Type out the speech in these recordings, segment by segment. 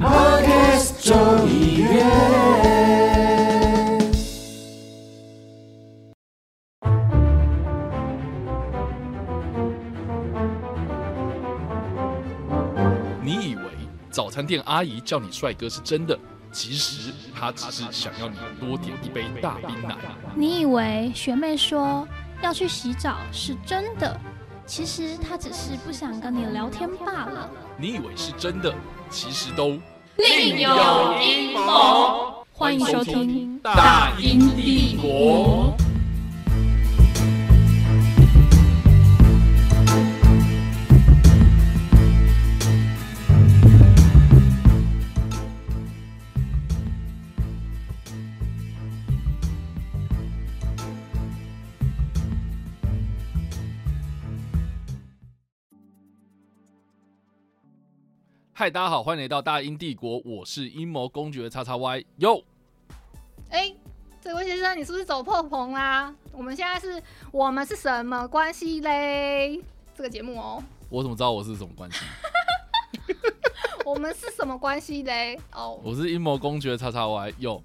Podcast 周一月。你以为早餐店阿姨叫你帅哥是真的，其实她只是想要你多点一杯大冰奶。你以为学妹说要去洗澡是真的，其实她只是不想跟你聊天罢了。你以为是真的，其实都另有阴谋。欢迎收听《大英帝国》。嗨，大家好，欢迎来到《大英帝国》，我是阴谋公爵叉叉 Y。哟，哎，这位先生，你是不是走破棚啦、我们现在是我们是什么关系嘞？这个节目哦，我怎么知道我是什么关系？我们是什么关系嘞？哦，我是阴谋公爵叉叉 Y。哟，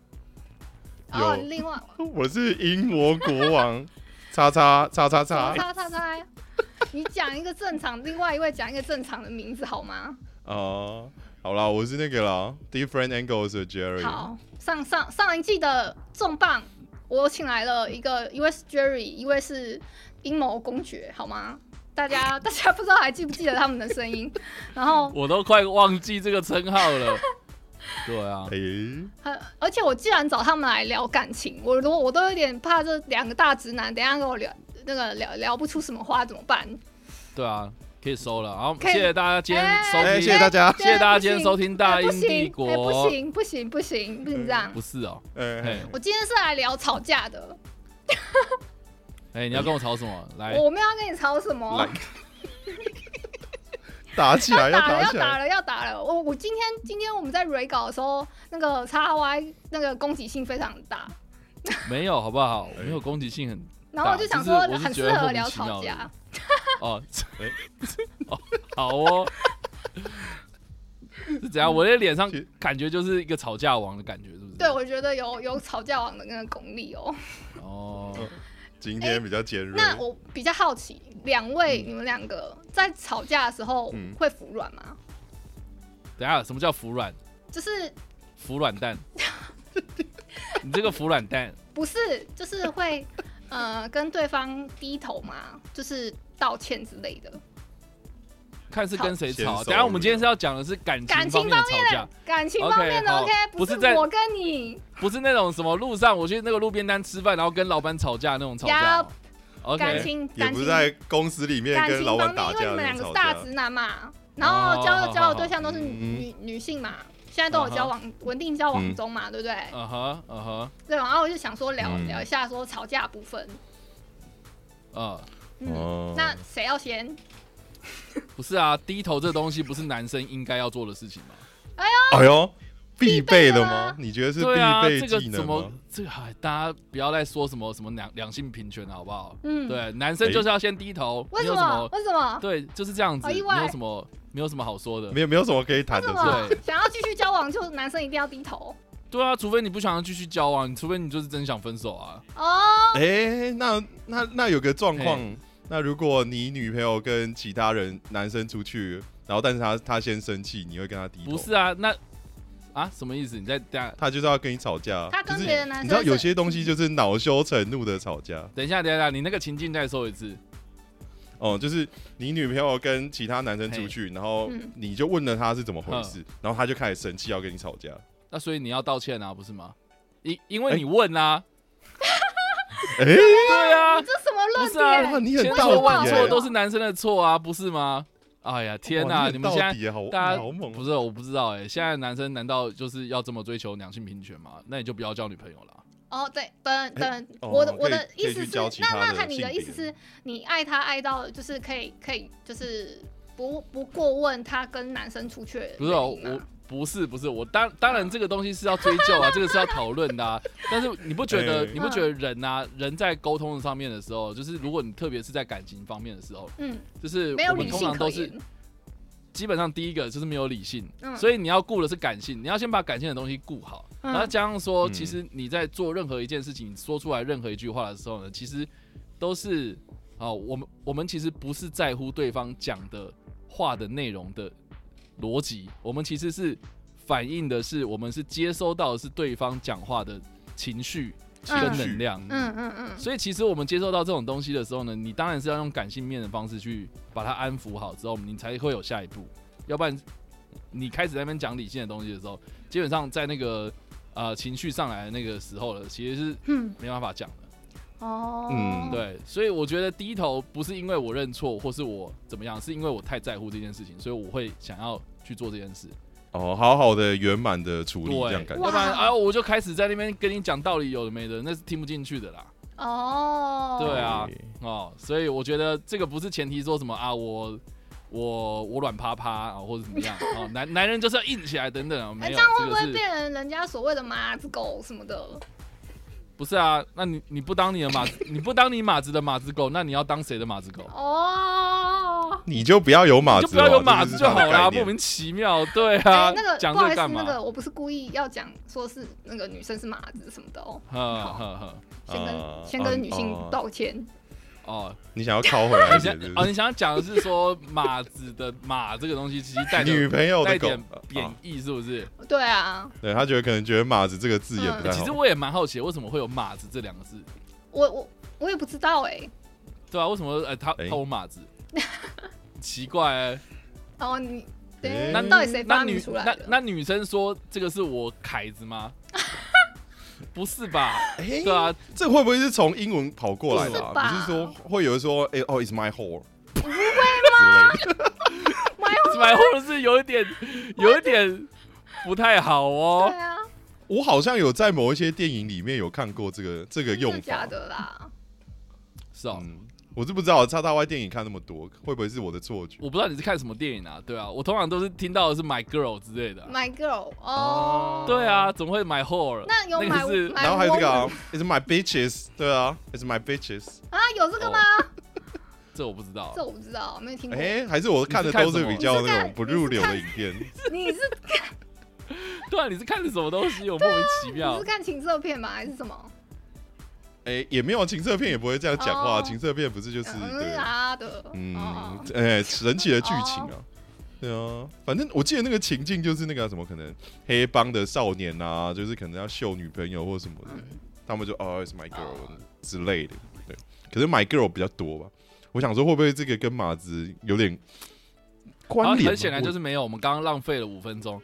然后另外， 我是英国国王，叉叉叉叉叉叉叉。叉叉，你讲一个正常，另外一位讲一个正常的名字好吗？哦、好啦，我是那个啦，Different Angles of Jerry。好，上上上一季的重磅，我请来了一个，一位是 Jerry，一位是阴谋公爵，好吗？大家大家不知道还记不记得他们的声音？然后我都快忘记这个称号 了。对啊，诶、很，而且我既然找他们来聊感情，我如果我都有点怕这两个大直男，等一下跟我聊那个聊聊不出什么话怎么办？对啊，可以收了。好，可以谢谢大家今天收哎，听，谢谢大家。谢谢大家今天收听听《大英帝国》哎不行不行不行不行这样不。是哦，哎、哎我今天是来聊吵架的，哎，你要跟我吵什么？来，我没有要跟你吵什么。来打起来， 要打了，要起打来。了，要打了！我我今天今天我们在 re 稿的时候，那个叉 Y 那个攻击性非常大，没有好不好？没有攻击性很然后我就想说就是我是很觉适得合莫名聊其妙吵的架。哦，哎 哦，好哦。是嗯怎样？我的脸上其实感觉就是一个吵架王的感觉，是不是？对，我觉得有有吵架王的那个功力哦。哦，嗯今天比较尖锐。那我比较好奇，两位、嗯你们两个在吵架的时候嗯会服软吗？等一下什么叫服软？就是服软 蛋，你这个服软蛋，不是就是会 呃跟对方低头嘛，就是道歉之类的。看是跟谁先吵。手等一下我们是不今天是要讲的是感情感方情的方吵架，感情方面的 OK，好 OK，不不是是在我跟你不是那种什么路上我去那个路边摊吃饭，然后跟老板吵架那种吵架哦。OK，感情也感不情是在公司里面感跟情老方面，板打因为架你们那两种个是吵大架。直男嘛，然后交哦友交友对象都是嗯女女性嘛，现在都有交往稳定交往中嘛，对不对？嗯哼，嗯哼，对，然后我就想说聊嗯聊一下说吵架部分，嗯，嗯，哦那谁要先？不是啊，低头这东西不是男生应该要做的事情吗？哎呦，必必备备的的吗吗？你觉得是必对啊，备这个技怎能么吗？这个哎大家不要再说什么什么两两性平权了，好不好？嗯，，对，男生就是要先低头。为你什有什么么？？为什么？对，就是这样子。好没意外有什么，没有什么好说的。没有没有什么可以谈为的什是对吧。么想要继续交往，就男生一定要低头对啊，除非你不想要继续交往，除非你就是真想分手啊。哦？哎、那那那有个状况，那如果你女朋友跟其他人男生出去，然后但是她她先生气，你会跟她低头？不是啊，那啊什么意思？你在等下他就是要跟你吵架。他跟就是别的男你知道生有是些东西就是恼羞成怒的吵架。等一下，等一下，你那个情境再说一次。哦，就是你女朋友跟其他男生出去，然后嗯你就问了他是怎么回事，然后他就开始生气要跟你吵架。那所以你要道歉啊，不是吗？因因为你问啊，哎、对啊，这什么论不是啊点？哇，你很千到错万底耶、错都是男生的错啊，不是吗？哎呀，天哇哪、很你们到现在底耶好大家好猛哦、不是，我不知道哎、现在男生难道就是要这么追求两性平权吗？那你就不要交女朋友了。哦，对，等等，哦我的可以我的可以意去思是教其，那他那的他你的性意思别是你爱他爱到就是可以可以就是不不过问他跟男生出去的不是、哦，原因啊我吗不是不是，我当当然这个东西是要追究啊，这个是要讨论的、啊。但是你不觉得、哎你不觉得人呐、人在沟通上面的时候，就是如果你特别是在感情方面的时候，嗯就是没有我们理通性常可都是言，基本上第一个就是没有理性，嗯所以你要顾的是感性，你要先把感性的东西顾好。嗯然后加上说，嗯其实你在做任何一件事情，说出来任何一句话的时候呢，其实都是哦，我们我们其实不是在乎对方讲的话的内容的逻辑，我们其实是反映的是我们是接收到的是对方讲话的情绪跟嗯能量。嗯嗯嗯，所以其实我们接受到这种东西的时候呢，你当然是要用感性面的方式去把它安抚好之后，你才会有下一步。要不然你开始在那边讲理性的东西的时候，基本上在那个呃情绪上来的那个时候了，其实是嗯没办法讲的。哦，嗯，对，所以我觉得低头不是因为我认错或是我怎么样，是因为我太在乎这件事情，所以我会想要去做这件事。哦，好好的圆满的处理这对，样感要觉哇。不然啊我就开始在那边跟你讲道理，有的没的，那是听不进去的啦。哦，对啊对，哦，所以我觉得这个不是前提说什么啊，我我我软趴趴啊，或者怎么 样哦，男男人就是要硬起来等等啊，哎，没这有样会不这个会是变成人家所谓的马子狗什么的？不是啊？那你你不当你的马子，你不当你马子的马子狗，那你要当谁的马子狗？哦，你就不要有马你子就了，不要有马子哦就这就是他好的概啦，念莫名其妙，对哎啊，，那个讲不这好个意思干，嘛那？个我不是故意要讲说是那个女生是马子什么的哦，呵呵呵，先啊跟先啊跟女性哦道歉。哦，你想要靠回来 一你想点，是不哦，是你想要讲的是说马子的马这个东西，其实带着女朋友带的一狗点，贬啊义，是不是？对啊，对他觉得可能觉得马子这个字也不嗯太其实好。我也蛮好奇，为什么会有马子这两个字？我我我也不知道哎、对啊，为什么呃他哎偷马子？ 奇怪、欸，哦，你诶对，啊那到底谁那发明女出来那的？那女生说这个是我凯子吗？ 不是吧？哎对啊，这会不会是从英文跑过来的、不是吧啊？不是说会有人说，哎、哦，is my hole，不会吗？买或者是有一点有一点不太好哦对。啊，我好像有在某一些电影里面有看过这个这个真用的法，假的啦？是哦，嗯，我是不知道，叉大 Y 电影看那么多，会不会是我的错觉？我不知道你是看什么电影啊？对啊，我通常都是听到的是 My Girl 之类的啊、 My girl，哦，对啊，怎么会买 whore？那有那买个是买然后还有这个、啊 woman、 ，is my bitches，对啊，is my bitches，啊，有这个吗？这我不知道这，我不知道，没有听过。哎、还是我看的都是比较那种不入流的影片，你 是对啊，你是看的什么东西？我莫名其啊你妙是。看情色片吗？还是什么？哎、也没有情色片也不会这样讲话，哦情色片不是就是对嗯，啊的，嗯哦，哎、神奇的剧情啊。对啊，反正我记得那个情境就是那个啊什么，可能黑帮的少年啊，就是可能要秀女朋友或什么的，嗯他们就哦，it's my girl、之类的。对，可是 my girl 比较多吧。我想说，会不会这个跟马子有点然后关联吗？啊啊很显然就是没有，我们刚刚浪费了五分钟。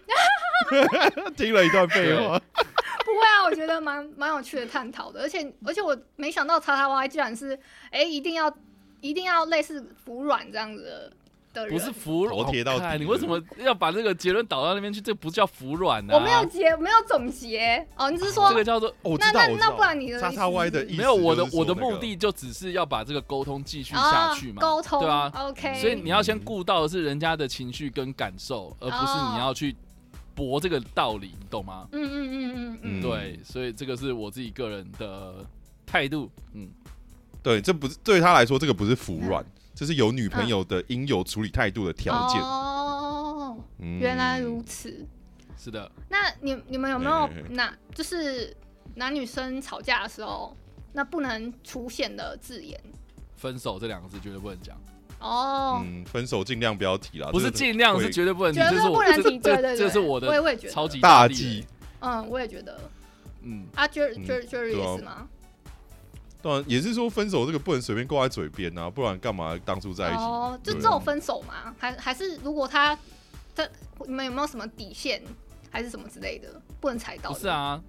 我听了一段废话。不会啊，我觉得蛮蛮有趣的探讨的，而且而且我没想到叉叉 Y 居然是哎、一定要一定要类似服软这样子的 的人，不是服哦头贴到底看你为什么要把这个结论导到那边去？这不叫服软啊！我没有结，没有总结哦，你只是说这个叫做哦，我知那道，那我知那道不。然你的叉意叉思 Y 是的意思没有我的就是说我的那个目的就只是要把这个沟通继续下啊去嘛，沟通对啊。 ，OK，所以你要先嗯顾到的是人家的情绪跟感受，而不是啊你要去驳这个道理，你懂吗？嗯嗯嗯嗯嗯，嗯对，所以这个是我自己个人的态度。嗯，对，这不是对他来说，这个不是服嗯软，这是有女朋友的应有处理态度的条件。哦，嗯原来如此。是的，那你你们有没有嘿嘿嘿哪就是男女生吵架的时候，那不能出现的字眼？分手这两个字绝对不能讲，哦，嗯，分手尽量不要提啦，不是啊这个尽量，会是绝对不能提，绝这对是不我能这提，是这对对这对，是我我也的我也觉得超级大忌忌。嗯，我也觉得。嗯，啊，Jerry 嗯 Jerry Jerry 对啊也是吗？当然也是说分手这个不能随便挂在嘴边啊，不然干嘛当初在一起？哦，就对啊这种分手嘛，还还是如果他他你们有没有什么底线，还是什么之类的，不能踩到？不是，啊，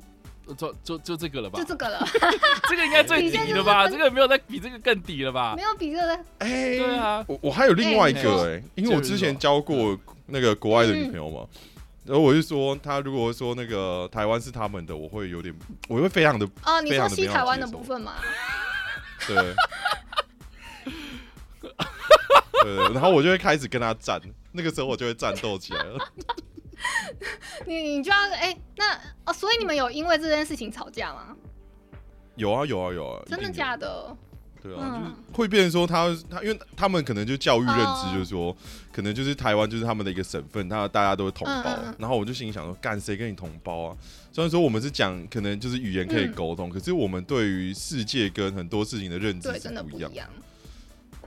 就就就这个了吧就，这个了， 这个应该最底了吧？底线就是分这个没有再比这个更底了吧 没？有比这个哎、对啊，我我还有另外一哎你个说哎、因为我之前交过那个国外的女朋友嘛，嗯然后我就说，她如果说那个台湾是他们的，我会有点，我会非常的哦，你非说常的西没办法台湾的接受部分嘛，对，对，然后我就会开始跟她战，那个时候我就会战斗起来了。你你就要哎、那哦，所以你们有因为这件事情吵架吗？有啊有啊有啊，真的假的？的？对啊，嗯就是会变成说他他，因为他们可能就教育认哦知就是说，可能就是台湾就是他们的一个省份，他大家都是同胞。嗯嗯嗯然后我就心里想说，干谁跟你同胞啊？虽然说我们是讲可能就是语言可以嗯沟通，可是我们对于世界跟很多事情的认知对，是真的不一一样。样。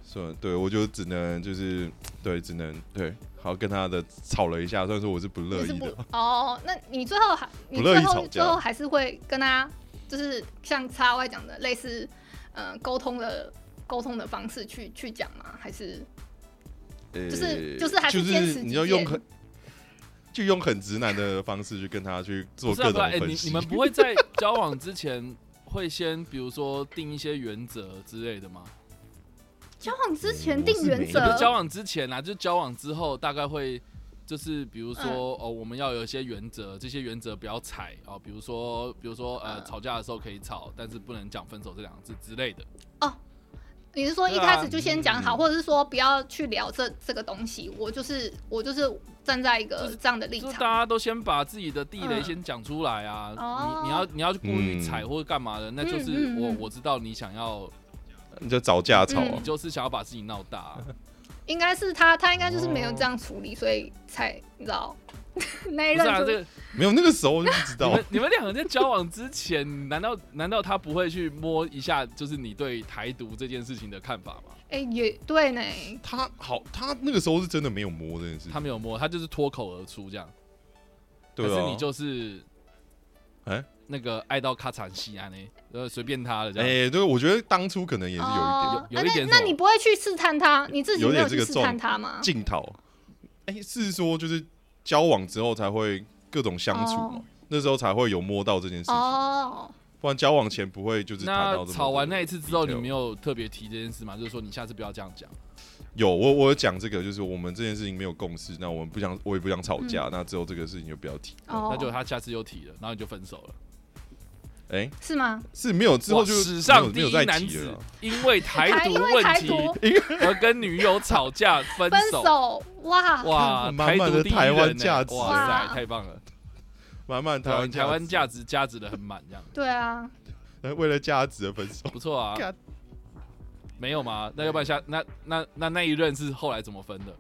所以对我就只能就是对，只能对，好跟他的吵了一下。虽然说我是不乐你是意不的，哦，那你最后还你不乐意最吵后架最后还是会跟他就是像插外讲的类似呃沟通的沟通的方式去去讲吗？还是呃就是就是还是就坚持是己你要见用很。就用很直男的方式去跟他去做不是各啊，不是啊种哎，分你析。你们不会在交往之前会先比如说定一些原则之类的吗？交往哦之前嗯我定是原没有则不是交往之前啊啦，就是交往之后大概会。就是比如说、嗯哦，我们要有一些原则，这些原则不要踩哦。比如说，比如说呃，嗯吵架的时候可以吵，但是不能讲分手这两个字之类的。你是说一对啊开始就先讲嗯好，或者是说不要去聊这这个东西？我就是我就是站在一就个是这样的立就是大场，家都先把自己的地雷嗯先讲出来啊！哦你你要你要去故意嗯踩或者干嘛的，那嗯就是嗯我、嗯我知道你想要，你就找架吵、哦你啊，就是想要把自己闹大啊、应该是他他应该就是没有哦这样处理，所以才你知道那一不任是啊，哎就这个没有那个时候我就不知你道们，你们两个在交往之前，难道难道他不会去摸一下，就是你对台独这件事情的看法吗？哎、也对呢，他好，他那个时候是真的没有摸这件事他，没有摸，他就是脱口而出这样。对可啊，是你就是，哎那个爱到卡惨西安呢，呃，随便他了这样。哎、对，我觉得当初可能也是有一点哦有有一啊点什那么那你不会去试探他？你自己有没点有去这个试重探他吗？镜头，哎、是说就是交往之后才会各种相处嘛，哦那时候才会有摸到这件事情，哦，不然交往前不会就是谈到那这么吵完那一次之后，你没有有特别提这件事吗？就是说你下次不要这样讲。有我我有讲这个，就是我们这件事情没有共识，那我们不想我也不想吵架，嗯那之后这个事情就不要提。哦，那就他下次又提了，然后你就分手了。哎、是吗？是没有之后哇就史上没第有一没有再男提子了，，啊因为台独 因为问台题独而跟女友吵架分分手。手 哇，哇，满满台的独第一台湾人呢价值哇塞，哇太棒了！满满台台湾湾台湾价价值加值的很满，这样对啊，值，呃为了价值而分手。 不错啊 God。没有吗？那要不然下那那那那一任是后来怎么分的？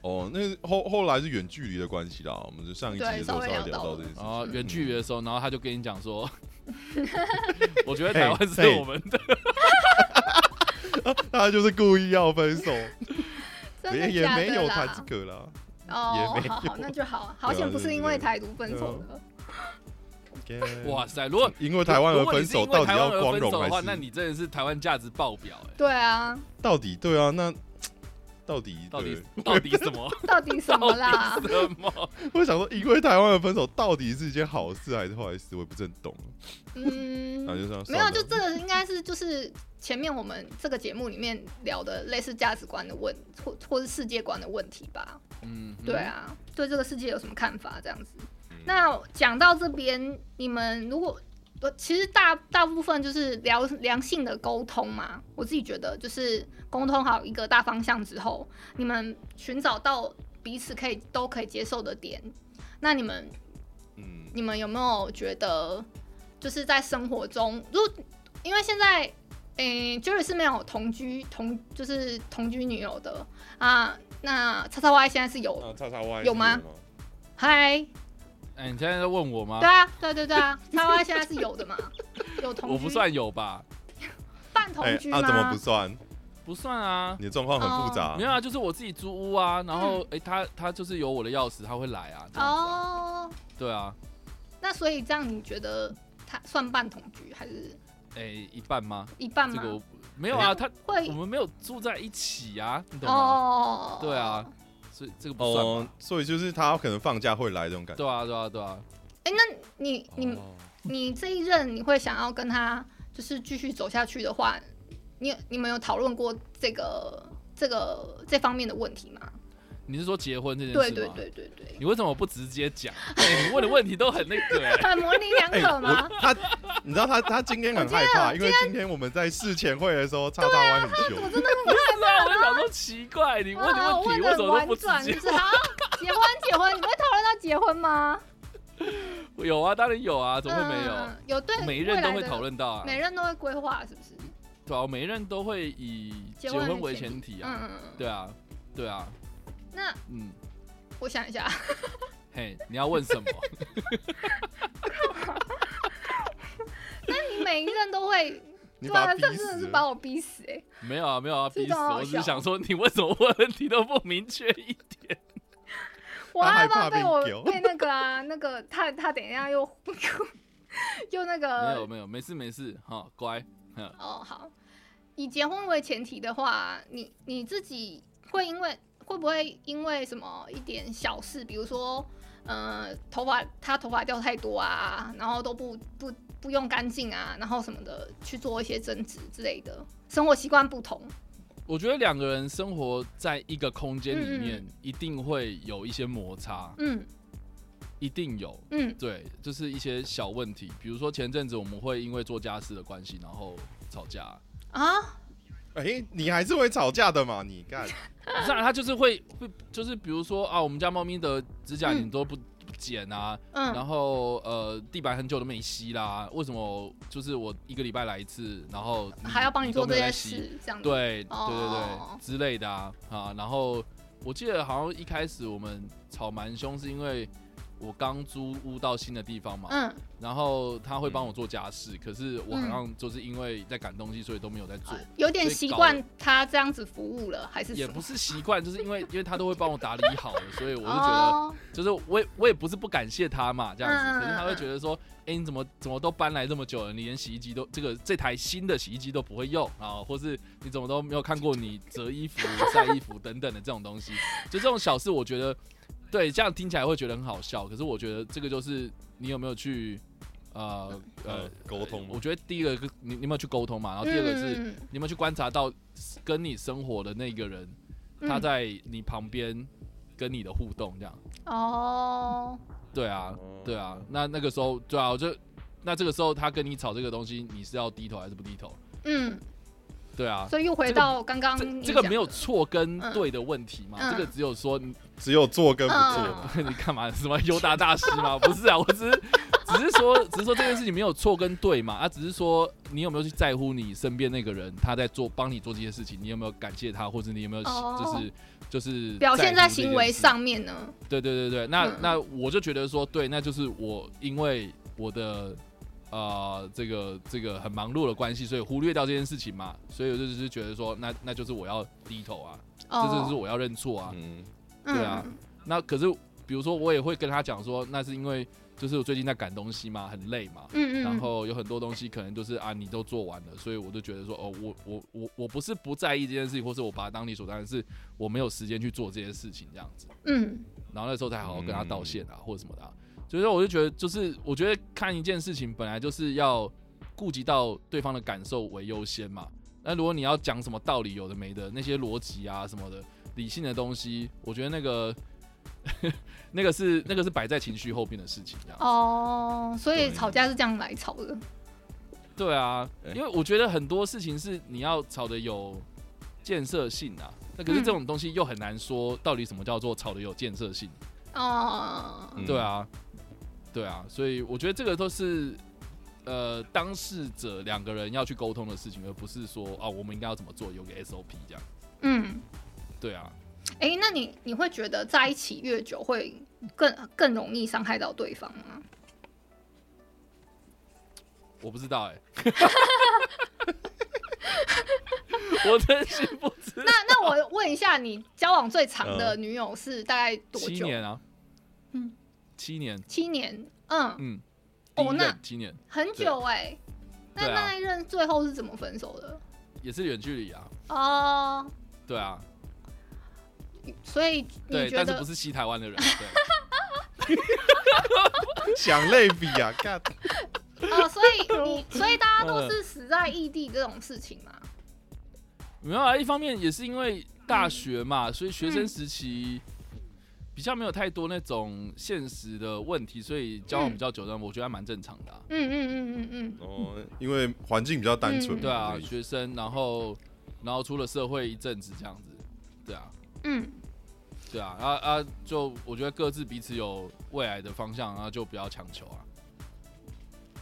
哦，那后后来是远距离的关系啦，我们就上一集的时候稍微聊到这件事情。然后哦远嗯距离的时候，然后他就跟你 讲说，我觉得嘿台湾是嘿我们的， 他就是故意要分手， 真也的也假的没有他啦这个啦。哦也没，有好好，那就好，好险不是因为台独分手的， OK 哇，塞！如果因为台湾而如果分你是因手，为到底台湾要而光分荣手的话，还那是你真的是台湾价值爆表哎！对啊，到底对啊？那到底到底对到底 什么？到底什么 啦？什么？ 我想说，因为台湾的分手到底是一件好事还是坏事，我也不是很懂。嗯然后，就这样，没有，算了就这个应该是就是前面我们这个节目里面聊的类似价值观的问或或是世界观的问题吧。嗯，对啊，对这个世界有什么看法？这样子。那讲到这边，你们如果呃其实大大部分就是良良性的沟通嘛，我自己觉得就是沟通好一个大方向之后，你们寻找到彼此可以都可以接受的点，那你们嗯，你们有没有觉得，就是在生活中，如果因为现在，诶、j e r r y 是没有同居同就是同居女友的啊，那叉叉 Y 现在是有，那叉叉 Y 有吗嗨、哎，你现在在问我吗对？啊，对对对啊，叉叉 Y 现在是有的嘛，有同居，我不算啊有吧？半同哎，居吗？那怎么不算？不算啊。你的状况很复杂没。有啊，就是我自己租屋啊，然后哎、诶他他就是有我的钥匙，他会来啊，这样子嗯啊哦，对啊，那所以这样你觉得他算半同居还是？哎、一半吗？一半嗯这吗？个我没有啊，他会我们没有住在一起啊，你懂吗？哦，对啊，所以这个不算吧哦，所以就是他可能放假会来这种感觉。对啊，对啊，对啊。哎你你哦你这一任你会想要跟他就是继续走下去的话，你你们有讨论过这个这个这方面的问题吗？你是说结婚这件事吗？对对对对对， 你为什么不直接讲？哎你问的问题都很那个、哎很模棱两哎、可吗我？他，你知道他他今天很害怕，因为今天我们在事前会的时候叉叉啊弯很久，是啊，我就想说奇怪，你问的啊，我问题为的什很么都不婉转，就直接？是啊，结婚结婚，你们会讨论到结婚吗？有啊，当然有啊， 怎么会没有？嗯有对每一未任来都的会讨，论到啊，每任都会规划，是不是？对啊，我每一任都会以结结婚婚为前前提啊，嗯嗯嗯。对啊，对啊，那嗯，我想一下，嘿，你要问什么？ 你每一任都会， 你对把啊，他这逼真的死是了。把我逼死哎。没有啊，没有啊，这逼死！个好我只是笑想说，你为什么问题都不明 确一点？我他害害怕怕被被我丢被那个啊，那个他他等一下又 又那没有，个没有，没事，没事，哈，乖，嗯，哦好，以结婚为前提的话，你你自己会因为会不会因为什么一点小事，比如说呃头发他头发掉太多啊，然后都不不不用干净啊，然后什么的去做一些争执之类的，生活习惯不同，我觉得两个人生活在一个空间里嗯嗯面，一定会有一些摩擦，嗯一定有。嗯对，就是一些小问题，比如说前阵子我们会因为做家事的关系，然后吵 架。啊哎、你还是会吵架的嘛？你 看，不是、啊，他就是会会，就是比如说啊，我们家猫咪的指甲嗯你都不、不剪啊，嗯然后呃，地板很久都没吸啦，为什么就是我一个礼拜来一次，然后还要帮你都做这没有些在吸？事，这样子 对对对啊对哦之类的啊啊，然后我记得好像一开始我们吵蛮凶，是因为我刚租屋到新的地方嘛，嗯然后他会帮我做家事，可是我好像就是因为在赶东西，所以都没有在做，有点习惯他这样子服务了，啊还是也什么不？是习惯，就是因为因为他都会帮我打理好了，所以我就觉哦，得，就是我也我也不是不感谢他嘛，这样嗯嗯子，嗯可是他会觉得说，哎，你怎么怎么都搬来这么久了，你连洗衣机都这个这台新的洗衣机都不会用啊，或是你怎么都没有看过你折 衣服、晒衣服等等的这种东西，就这种小事，我觉得。对，这样听起来会觉得很好笑，可是我觉得这个就是你有没有去，呃呃呃，，沟通我嘛，觉得第一个是你你有没有去沟通嘛，然后第二个是、嗯你有没有去观察到跟你生活的那个人，嗯他在你旁边跟你的互动这样。嗯哦，对啊，嗯对啊，那那个时候对啊，我就那这个时候他跟你吵这个东西，你是要低头还是不低头？嗯，对啊，所以又回到刚刚这你这个讲没有错跟嗯对的问题嘛，嗯这个只有说你 只有做跟不做嗯嘛。你干嘛？什么尤达大师吗？不是啊，我只是只是说，只是说这件事情没有错跟对嘛，啊，只是说你有没有去在乎你身边那个人，他在做帮你做这些事情，你有没有感谢他，或者你有没有喜哦就是就是表现在在乎这件行为事上面呢？对对对对，那、嗯那我就觉得说，对，那就是我因为我的呃这个这个很忙碌的关系，所以忽略掉这件事情嘛，所以我就只是觉得说，那那就是我要低头啊，这就是哦，我要认错啊，嗯，对啊那可是，比如说我也会跟他讲说，那是因为就是我最近在赶东西嘛，很累嘛，嗯，嗯嗯，然后有很多东西可能就是啊你都做完了，所以我就觉得说，哦，我我我我不是不在意这件事情，或是我把它当理所当然，是我没有时间去做这些事情这样子。嗯然后那时候才好好跟他道歉啊，或者什么的、啊。所以说，我就觉得，就是我觉得看一件事情本来就是要顾及到对方的感受为优先嘛。那如果你要讲什么道理，有的没的，那些逻辑啊什么的，理性的东西，我觉得那个 那个是那个是摆在情绪后面的事情，这啊样。哦，所以对吵架是这样来吵的，对啊，对因为我觉得很多事情是你要吵的有建设性啊，那可是这种东西又很难说到底什么叫做吵的有建设性。哦，嗯对，啊，对啊，所以我觉得这个都是呃当事者两个人要去沟通的事情，而不是说啊我们应该要怎么做，有个 SOP 这样。嗯，对啊，哎，那你你会觉得在一起越久会更更容易伤害到对方吗？我不知道哎、我真心不知那那 我问一下，你交往最长的女友是大概多七久？年啊，嗯，七年，七年，嗯，嗯，哦第一那任七年，很久哎、那对啊那一任最后是怎么分手的？也是远距离啊，哦、对啊，所以你对，觉但是不得是西台湾的人，对，想类比啊，干哦，所以 你所以大家都嗯是死在异地这种事情嘛？没有啊，一方面也是因为大学嗯嘛，所以学生时期比较没有太多那种现实的问题，所以交往比较久的，我觉得还蛮正常的啊、嗯嗯嗯嗯哦，因为环境比较单纯嗯嘛，对啊，所以学生，然后然后出了社会一阵子这样子，对啊，嗯对啊，啊啊，就我觉得各自彼此有未来的方向，然后就不要强求啊。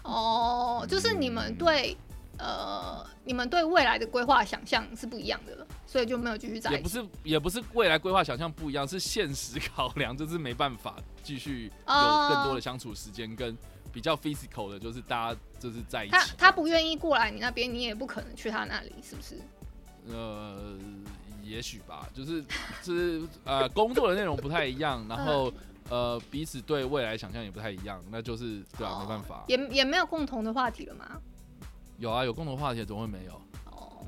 嗯，哦，就是你们对呃你们对未来的规划想象是不一样的，所以就没有继续在也一不起。是也不是未来规划想象不一样，是现实考量，就是没办法继续有更多的相处时间，跟比较 physical 的，就是大家就是在一他起。他不愿意过来你那边，你也不可能去他那里，是不是？呃，也许吧，就是就是呃，工作的内容不太一样，然嗯后呃，彼此对未来想象也不太一样，那就是对啊，哦没办法。也也没有共同的话题了嘛？有啊，有共同话题，怎么会没有？ 哦，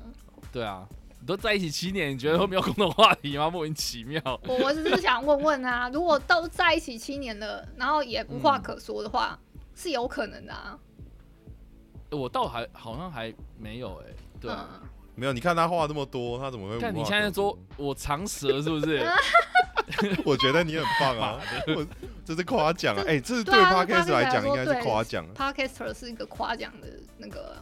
对啊，你都在一起七年，你觉得会没有共同话题吗？莫名其妙。我我只是想问问啊，如果都在一起七年了，然后也无嗯话可说的话，是有可能的啊。我倒还好像还没有哎、对啊、嗯没有，你看他话那么多，他怎么会？看你现在说，我长舌是 不是？ 我觉得你很棒 啊， 我这是夸奖啊，哎，这是对对啊 podcast 对 podcast 来讲来说应该是夸奖啊， Podcaster 是一个夸奖的那个，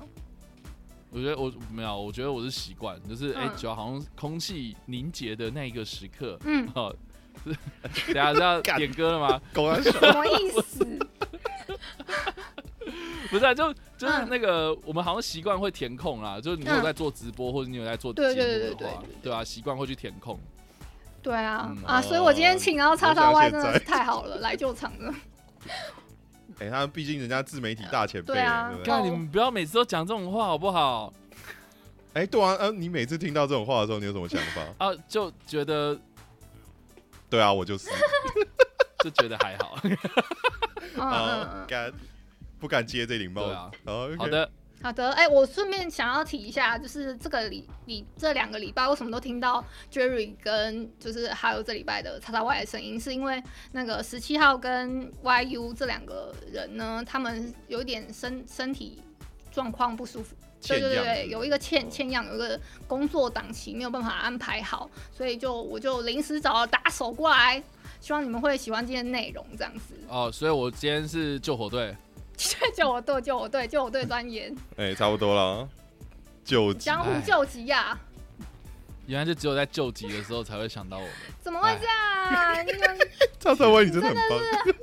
我觉得我没有，我觉得我是习惯，就是哎，嗯只、要好像空气凝结的那一个时刻， 嗯，哦，是等一下是要点歌了吗？狗 啊，什么意思？不是、啊，就就是嗯那个、我们好像习惯会填空啦，就是你有嗯在做直播、或者你有在做节目对的话，对对对对对啊，习惯会去填空。对啊嗯，啊，哦所哦以我今天请到叉叉 Y 真的是太好了，来救场了。哎，他毕竟人家自媒体大前辈，对啊对不对？看、你们不要每次都讲这种话好不好？？哎，对啊，呃，你每次听到这种话的时候，你有什么想法 啊，就觉得对啊，我就是就觉得还 好。嗯嗯啊嗯，，敢不敢接这顶帽对子啊？哦，OK 好，的，好的，哎，我顺便想要提一下，就是这个礼礼这两个礼拜为什么都听到 Jerry 跟就是还有这礼拜的叉叉 Y 的声音，是因为那个十七号跟 YU 这两个人呢，他们有一点身身体状况不舒服。对欠对样对，有一个欠哦欠样，有一个工作档期没有办法安排好，所以就我就临时找了打手过来，希望你们会喜欢今天的内容这样子。 哦，所以我今天是救火队，救我队，救我队，救我队专员，哎，差不多了啊，九级江湖救急啊呀、原来就只有在救急的时候才会想到我们。怎么会这样？你哎们叉叉 Y，你真的很棒。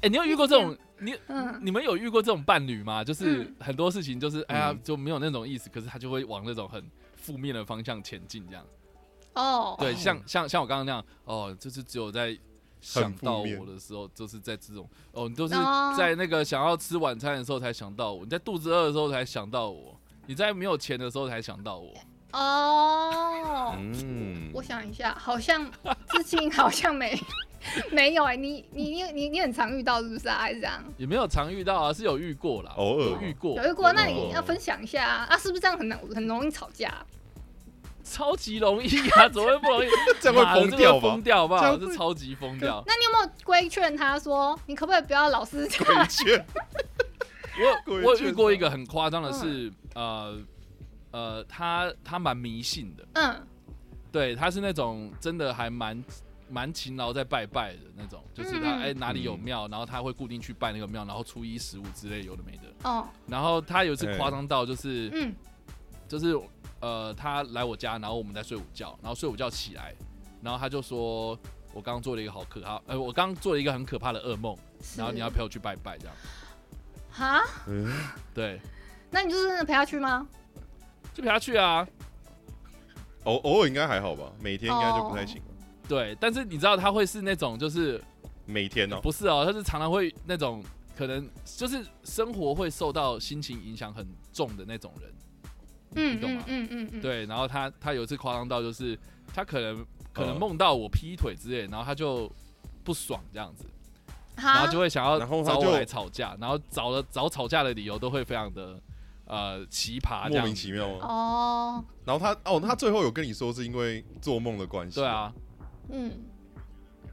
哎、你有遇过这 种？你嗯你们有遇过这种伴侣吗？就是嗯很多事情就是、哎呀就没有那种意思，可是他就会往那种很负面的方向前进，这样。哦，对，像像像我刚刚那样，哦，就是只有在想到负面我的时候，就是在这种哦，你都是哦在那个想要吃晚餐的时候才想到我，你在肚子饿的时候才想到我，你在没有钱的时候才想到我。哦，嗯我想一下，好像至今好像没 没有哎、你你你你你很常遇到是不是啊？还是这样？也没有常遇到啊，是有遇过啦，偶尔啊有遇过，有遇过，那有你要分享一下啊？啊是不是这样很难很容易吵架、啊超级容易啊，怎么会不容易？ 这样会妈的疯掉会吧疯掉好不这好？样会这超级疯掉。那你有没有规劝他说，你可不可以不要老是这样？鬼圈，我鬼有我有圈遇过一个很夸张的嗯是，呃呃，他他蛮迷信的，嗯对，他是那种真的还蛮蛮勤劳在拜拜的那种，就是他嗯哎、哪里有庙，然后他会固定去拜那个庙，然后初一十五之类有的没的。哦然后他有一次夸张到就是、嗯就是呃，他来我家，然后我们在睡午觉，然后睡午觉起来，然后他就说。我刚刚做了一个好可怕，呃，我刚刚做了一个很可怕的噩梦，是然后你要陪我去拜拜，这样，哈？嗯对，那你就是真的陪他去吗？就陪他去啊，偶偶尔应该还好吧，每天应该就不太行哦了。对，但是你知道他会是那种，就是每天哦，不是哦，他是常常会那种，可能就是生活会受到心情影响很重的那种人，嗯你懂嗯吗？嗯嗯嗯，对，然后他他有一次夸张到就是，他可能可能嗯梦到我劈腿之类，然后他就不爽这样子，然哈后就会想要然后他找就我来吵架，然后找了找吵架的理由都会非常的呃奇葩，这莫样啊名子其妙吗？哦，然后他哦，他最后有跟你说是因为做梦的关系，对，啊，嗯，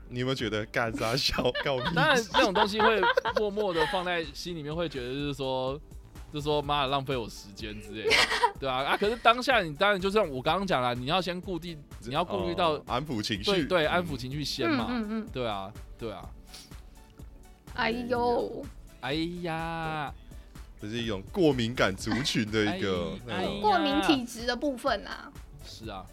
你有没有觉得干啥笑告屁？当然那种东西会默默的放在心里面，会觉得就是说， 就说妈的浪费我时间之类 的，对啊啊！可是当下你当然就像我刚刚讲了，你要先固定，你要顾虑到、哦安抚情对绪，对安嗯抚情绪先嗯嘛，嗯嗯，对啊对啊，哎呦，哎呀，这是一种过敏感族群的一个哎那哎种过敏体质的部分啊，是啊，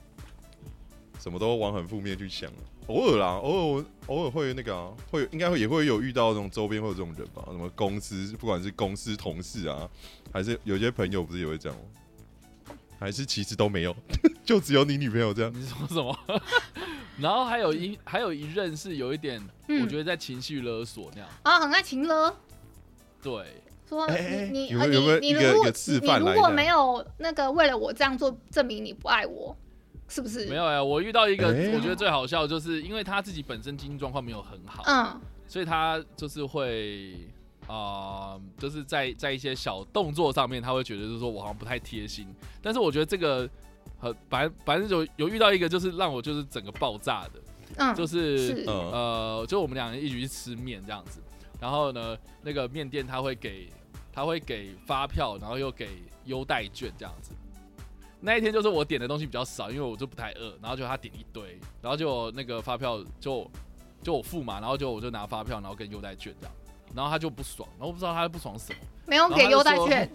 什么都往很负面去想，偶尔啦，偶尔我偶尔会那个、啊、会应该会也会有遇到那种周边会有这种人吧，什么公司不管是公司同事啊，还是有些朋友不是也会这样吗？还是其实都没有， 就只有你女朋友这样。你说什么？ 然后还有一还有一任是有一点，嗯我觉得在情绪勒索那样，啊，很爱情了。对，说哎哎你你有呃有没有你你一个如一果个示范你来如果的没有那个为了我这样做证明你不爱我，是不是？没有哎、我遇到一个哎我觉得最好笑，就是因为他自己本身经济状况没有很好，嗯所以他就是会啊、就是在在一些小动作上面，他会觉得就是说我好像不太贴心。但是我觉得这个呃，反反正有有遇到一个就是让我就是整个爆炸的，嗯，就是是嗯，呃，就我们两个人一起去吃面这样子，然后呢，那个面店他会给他会给发票，然后又给优待券这样子。那一天就是我点的东西比较少，因为我就不太饿，然后就他点一堆，然后就那个发票就就我付嘛，然后就我就拿发票，然后跟优待券这样，然后他就不爽，然后我不知道他不爽什么，没有然后给他就优待说券，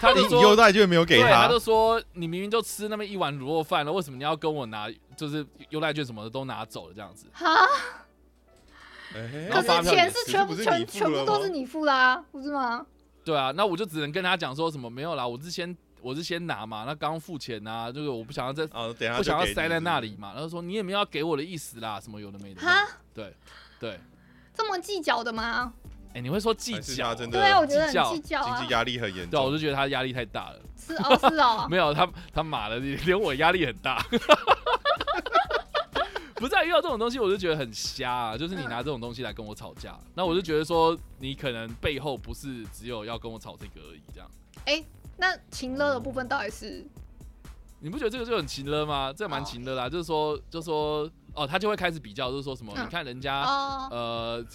他就你说优待券没有给对，他他，就说你明明就吃那么一碗卤肉饭了，为什么你要跟我拿就是优待券什么的都拿走了这样子？哈，哎然后可发是票钱也是是全不部是全你付全部了都吗是你付啦、不是吗？对啊，那我就只能跟他讲说什么没有啦，我之前我是先拿嘛，那刚刚付钱啊，就是我不想要再啊，等一下 不想就要给你塞在那里是嘛，然后说你也没有要给我的意思啦，什么有的没的哈，对对，这么计较的吗？哎、你会说计还是较他啊，真的对啊，我觉得计较很计较不是啊经济，压力很严对啊、我就，重觉得他压力太大了，是哦是哦，没有他他妈的， 连我压力很大。 不是、啊、遇到这种东西，我就觉得很瞎啊！就是你拿这种东西来跟我吵架，那我就觉得说你可能背后不是只有要跟我吵这个而已，这样哎那情乐的部分到底是你不觉得这个就很情了吗？这哦蛮情了啦，就是说，就说哦，他就会开始比较，就是说什么，嗯你看人家、哦呃，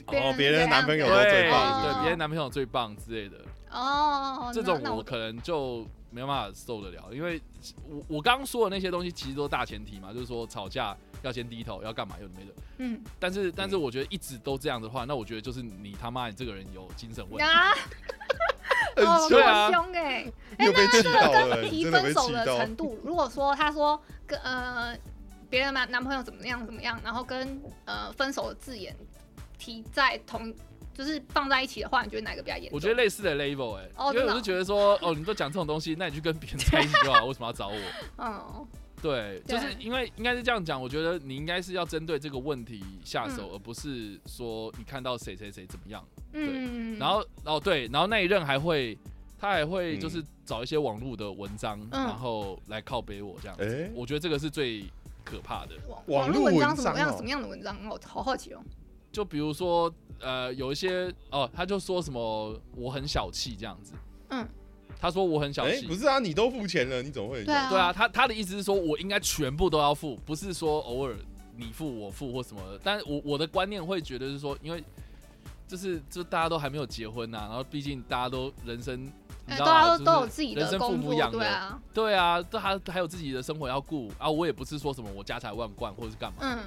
哦，别别人人的的男朋友对啊都最哦棒，对，别人男朋友最棒之类的，哦，呃这那种那我可能就没办法受得了，因为我我刚刚说的那些东西其实都是大前提嘛，就是说吵架要先低头，要干嘛有的没的。嗯但是但是我觉得一直都这样的话，那我觉得就是你他妈你这个人有精神问题。啊，很哦，凶这 对么啊凶哎、又被气到了，跟你提真的被分手气的到，程度，如果说他说跟呃别人男男朋友怎么样怎么样，然后跟呃分手的字眼提在同就是放在一起的话，你觉得哪个比较严重？我觉得类似的 level 哎、哦因为真的我哦就觉得说，哦，你都讲这种东西，那你去跟别人在一起就好，为什么要找我？嗯对，就对是因为应该是这样讲，我觉得你应该是要针对这个问题下手，嗯而不是说你看到谁谁谁怎么样。嗯，然后哦对，然后那一任还会，他还会嗯就是找一些网络的文章，嗯然后来靠背我这样子。哎我觉得这个是最可怕的。网网网络络文章文什么章样哦什么样的文章，我好好奇哦。就比如说呃，有一些哦，他就说什么我很小气这样子。嗯，他说我很小哎，气。不是啊，你都付钱了，你怎么会？对啊，对啊，，他他的意思是说我应该全部都要付，不是说偶尔你付我付或什么的。但我我的观念会觉得是说，因为就是就大家都还没有结婚呐、然后毕竟大家都人生，你哎知道大吗家都就是都有自己人的生父工母作养，对的，啊，对啊，都还还有自己的生活要顾啊。我也不是说什么我家财万贯或者是干嘛。嗯，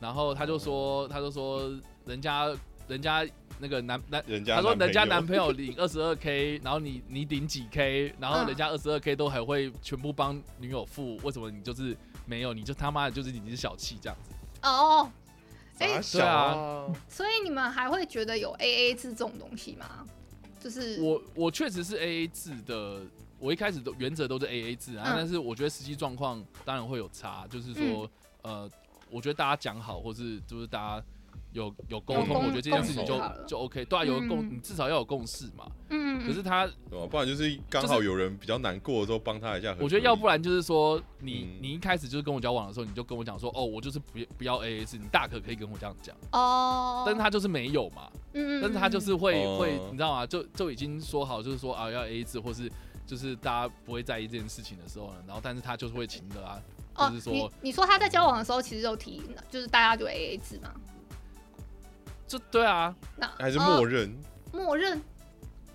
然后他就说，他就说人家人家那个男男。人家他说：“人家男男朋友领二十二 k，然后你你领几 k，然后嗯人家二十二 k 都还会全部帮女友付，为什么你就是没有？你就他妈的就是你是小气这样子。哦，友哎傻小啊，所以你们还会觉得有 A A 制这种东西吗？就是我我确实是 A A 制的，我一开始都原则都是 A A 制啊，嗯但是我觉得实际状况当然会有差，就是说、嗯呃，我觉得大家讲好，或是就是大家有有沟有通，共我觉得这件事情共识就好了就 OK，对啊，有个共、嗯你至少要有共识嘛。嗯嗯，可是他，对吧？啊不然就是刚好有人比较难过的时候帮他一下。我觉得要不然就是说，你嗯你一开始就是跟我交往的时候，你就跟我讲说，哦，我就是不不要 AA 制，你大可可以跟我这样讲，哦，但是他就是没有嘛，嗯，嗯，嗯但是他就是会哦会，你知道吗？就就已经说好，就是说啊要 AA 制，或是就是大家不会在意这件事情的时候呢，然后但是他就是会情的啊，哦就是，说你你说他在交往的时候其实有提，就是大家就 A A 制嘛，就对啊，那还是哦默认，默认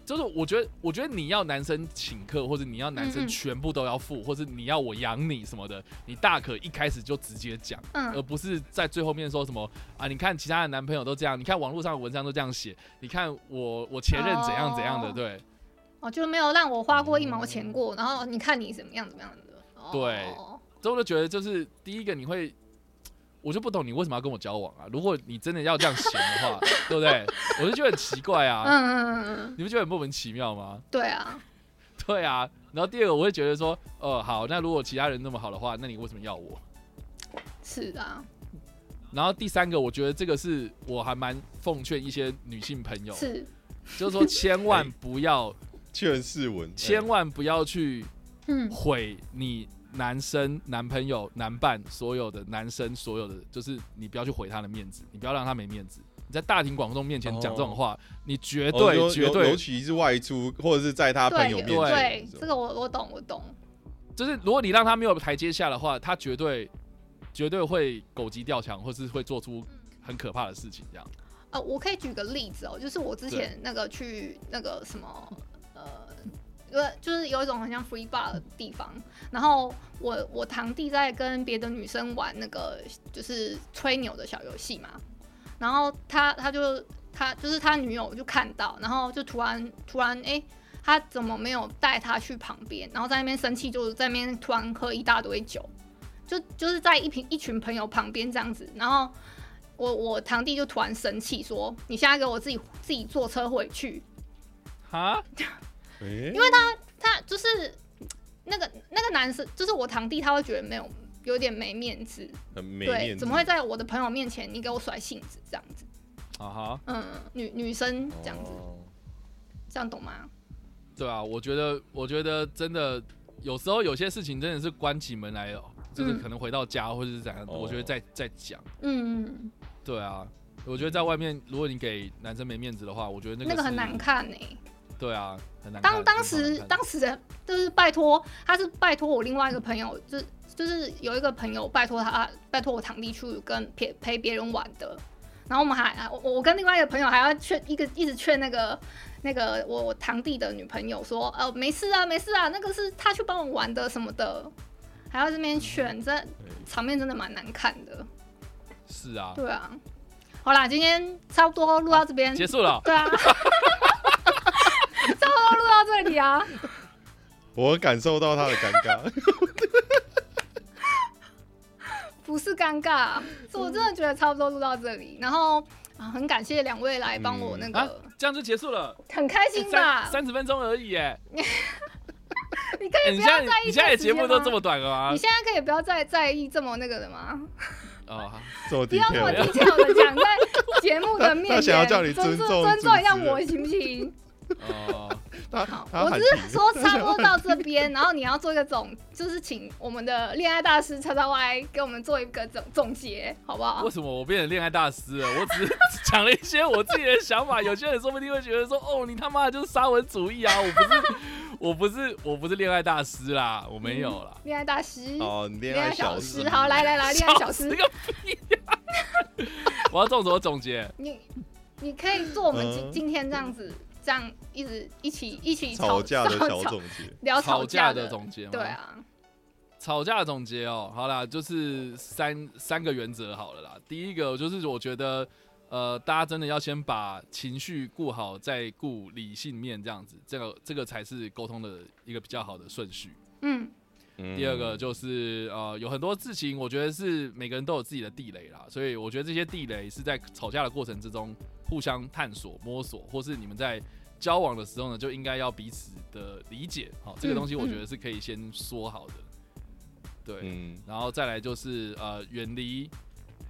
就是我觉得，我觉得你要男生请客，或者你要男嗯生嗯全部都要付，或是你要我养你什么的，你大可一开始就直接讲，而嗯不是在最后面说什么啊？你看其他的男朋友都这样，你看网络上的文章都这样写，你看我我前任怎样怎样的，哦对哦，就是没有让我花过一毛钱过，然后你看你怎么样怎么样的，哦对所以我就觉得就是第一个你会。我就不懂你为什么要跟我交往啊！如果你真的要这样闲的话，对不对？我就觉得很奇怪嗯啊！嗯嗯嗯嗯，你不觉得很莫名其妙吗？对啊，对啊，然后第二个我会觉得说，哦、好，那如果其他人那么好的话，那你为什么要我？是啊，然后第三个，我觉得这个是我还蛮奉劝一些女性朋友，是，就是说千万不要，确认世文，千万不要去嗯毁你男生、男朋友、男伴所有的男生所有的，就是你不要去毁他的面子，你不要让他没面子。你在大庭广众面前讲这种话，你绝哦对、尤绝尤尤对其是外出或者是在他朋对友面对对前，的时这个候，我我懂我懂，就是如果你让他没有台阶下的话，他绝对绝对会狗急跳墙，或是会做出很可怕的事情。这样，呃，我可以举个例子哦，就是我之前那个去那个什么，呃，呃，就是有一种很像 free bar 的地方，然后我我堂弟在跟别的女生玩那个就是吹牛的小游戏嘛，然后他他就他就是他女友就看到，然后就突然突然哎。他怎么没有带他去旁边？然后在那边生气，就是在那边突然喝一大堆酒，就就是在一群一群朋友旁边这样子。然后我我堂弟就突然生气说：“你现在给我自己自己坐车回去。哈，因”他就是嗯那个那个男生，就是我堂弟，他会觉得没有有点没面子，很没面对，子，怎么会在我的朋友面前你给我甩性子这样子？啊哈。嗯，女女生这样子，哦这样懂吗？对啊，我觉得，我觉得真的有时候有些事情真的是关起门来哦，嗯就是可能回到家或者是怎样，哦我觉得再再讲。嗯，对啊，我觉得在外面，如果你给男生没面子的话，我觉得那个那个很是难。看欸呢、对啊，很难看。当当真时的很难看当时的就是拜托，他是拜托我另外一个朋友，就是就是有一个朋友拜托他，拜托我堂弟去跟陪陪别人玩的。然后我们还啊我我跟另外一个朋友还要劝一个一直劝那个那个我我堂弟的女朋友说，呃没事啊没事啊，那个是他去帮我玩的什么的，还要这嗯边劝，这场面真的蛮难看的。是啊，对啊，好啦，今天差不多录到这边，结束了。哦对啊， 差不多录到这里啊。我感受到他的尴 尬，不是尴尬，是我真的觉得差不多录到这里，然后、啊、很感谢两位来帮我那个，啊，这样就结束了，很开心吧？三十分钟而已哎、你可以哎你不现要在在意你现在的这时节间吗目都这么短了吗你？现在可以不要再在意这么那个的吗？哦，这么不要那么 detail，低调的讲在节目的面前，他想要叫你尊尊重尊重一下主持人我行不行？哦，他好，他我喊只停是说 差不多到这边，然后你要做一个总，就是请我们的恋爱大师叉叉 Y 给我们做一个总总结，好不好为？什么我变成恋爱大师了？我只是讲了一些我自己的 想法，有些人说不定会觉得说，哦，你他妈的就是沙文主义啊！我不是，我不是，我不是恋爱大师啦，我没有啦。恋爱大师，哦，你恋恋爱爱小小师，好，来来来，嗯恋爱小师 这，个屁啊我要做什么总 结？你你可以做我们今嗯今天这样子，这样一直一起一起吵架的吵小吵总结，聊吵架的总结吗？对，啊，吵架的总结哦。好啦，就是三三个原则好了啦。第一个就是我觉得，呃，大家真的要先把情绪顾好，再顾理性面，这样子，这个这个才是沟通的一个比较好的顺序。嗯第二个就是呃，有很多事情，我觉得是每个人都有自己的地雷啦，所以我觉得这些地雷是在吵架的过程之中互相探索、摸索，或是你们在交往的时候呢，就应该要彼此的理解。好，这个嗯东西我嗯觉得是可以先说好的，对，嗯，然后再来就是呃，远离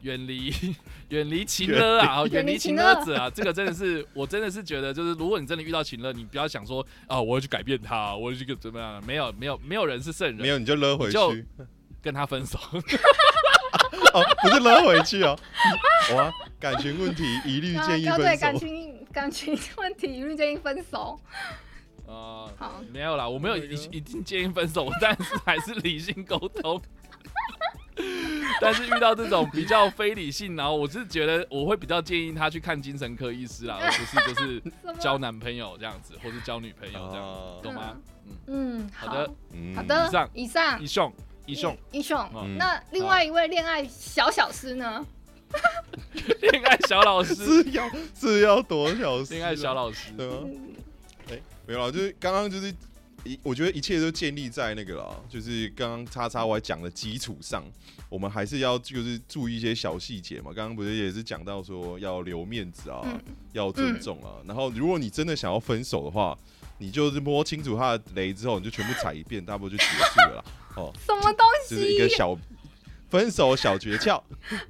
远离 远离情勒啊，哦远远离离情情勒勒者啊，这个真的是我真的是觉得，就是如果你真的遇到情勒，你不要想说啊，我要去改变他，我要去怎么样？没有没有没有人是圣人，没有你就勒回去，就哦，跟他分手。不是勒回 去哦，哇，感情问题一律然后建议要啊对感分手。情感情问题一律建议分手。啊、好没有啦，我没有已已经建议分手，但是还是理性沟通。 但是遇到这种比较非理性，然后我是觉得我会比较建议他去看精神科医师啦，而不是就是什么交男朋友这样子，或是交女朋友这样子，哦懂吗？嗯，好的，嗯好的，以上以上一送一送，英雄嗯。那另外一位恋爱小小师呢？ 恋爱小老 师，嗯是要是要多小心恋爱小老师，对吗？哎、没有啦，就是刚刚就是一，我觉得一切都建立在那个啦，就是刚刚叉叉 Y 讲的基础上，我们还是要就是注意一些小细节嘛。刚刚不是也是讲到说要留面子啊，嗯要尊重啊。然后如果你真的想要分手的话，你就是摸清楚他的雷之后，你就全部踩一遍，大不多就结束了啦。哦，什么东就是一个西？小分手小诀 窍。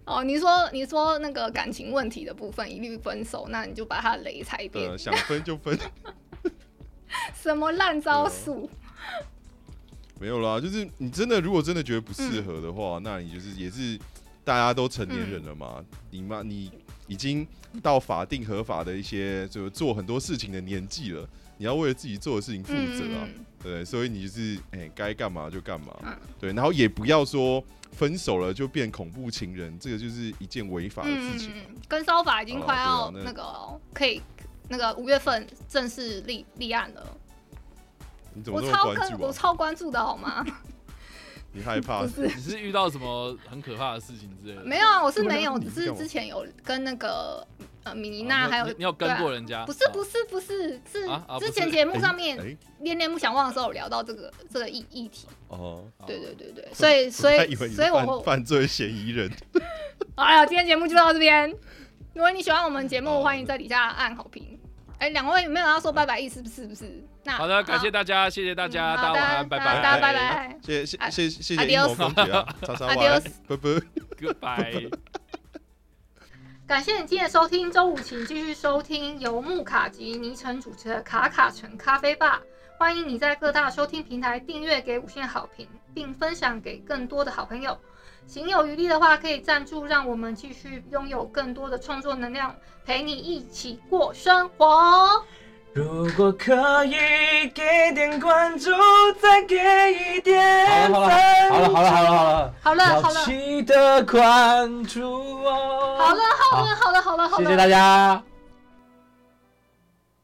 哦，你说你说那个感情问题的部分一律分手，那你就把他的雷踩遍呃，。想分就分。什么烂招数？没有啦，就是你真的如果真的觉得不嗯适合的话，那你就是也是大家都成年人了嘛，你妈你已经到法定合法的一些就是做很多事情的年纪了，你要为了自己做的事情负责啊，嗯对，所以你就是哎该干嘛就干嘛，嗯对，然后也不要说分手了就变恐怖情人，这个就是一件违法的事情。嗯，跟骚法已经快要好啦对啊那那个哦可以那个五月份正式立立案了。你怎么我这超跟么关注我啊？超关注的好 吗？你害怕不？哎是，你是遇到什么很可怕的事情之类的？没有啊，我是没有，你只是干嘛之前有跟那个呃米妮啊，娜还有你你有对跟啊过人家？不是不是，是不是，是啊啊不之是前节目哎上面哎恋恋不想忘的时候有聊到这个这个议议题，哦，啊对对对对，所以所我还以以为你所以是我犯会，犯罪嫌疑人。哎呀，今天节目就到这边。如果你喜欢我们节目，哦欢迎在底下按好评。哎，两位没有要说拜拜意思不是不是？那好的，感谢大家，谢谢大家，嗯大好家的晚安，拜大拜，家拜拜谢谢啊谢谢谢谢 adios 阴谋公爵啊，叉叉 Y， Adios 拜拜。 ，Goodbye。感谢你今天的收听，周五请继续收听由木卡及尼城主持的《卡卡城咖啡吧》。欢迎你在各大收听平台订阅、给五星好评，并分享给更多的好朋友。行有余力的话，可以赞助，让我们继续拥有更多的创作能量，陪你一起过生活。如果可以给点关注，再给一点好了好了好了好了好好了好了，了，好了，要记得关注哦。好了，好了，好了，好了，好了，谢谢大家。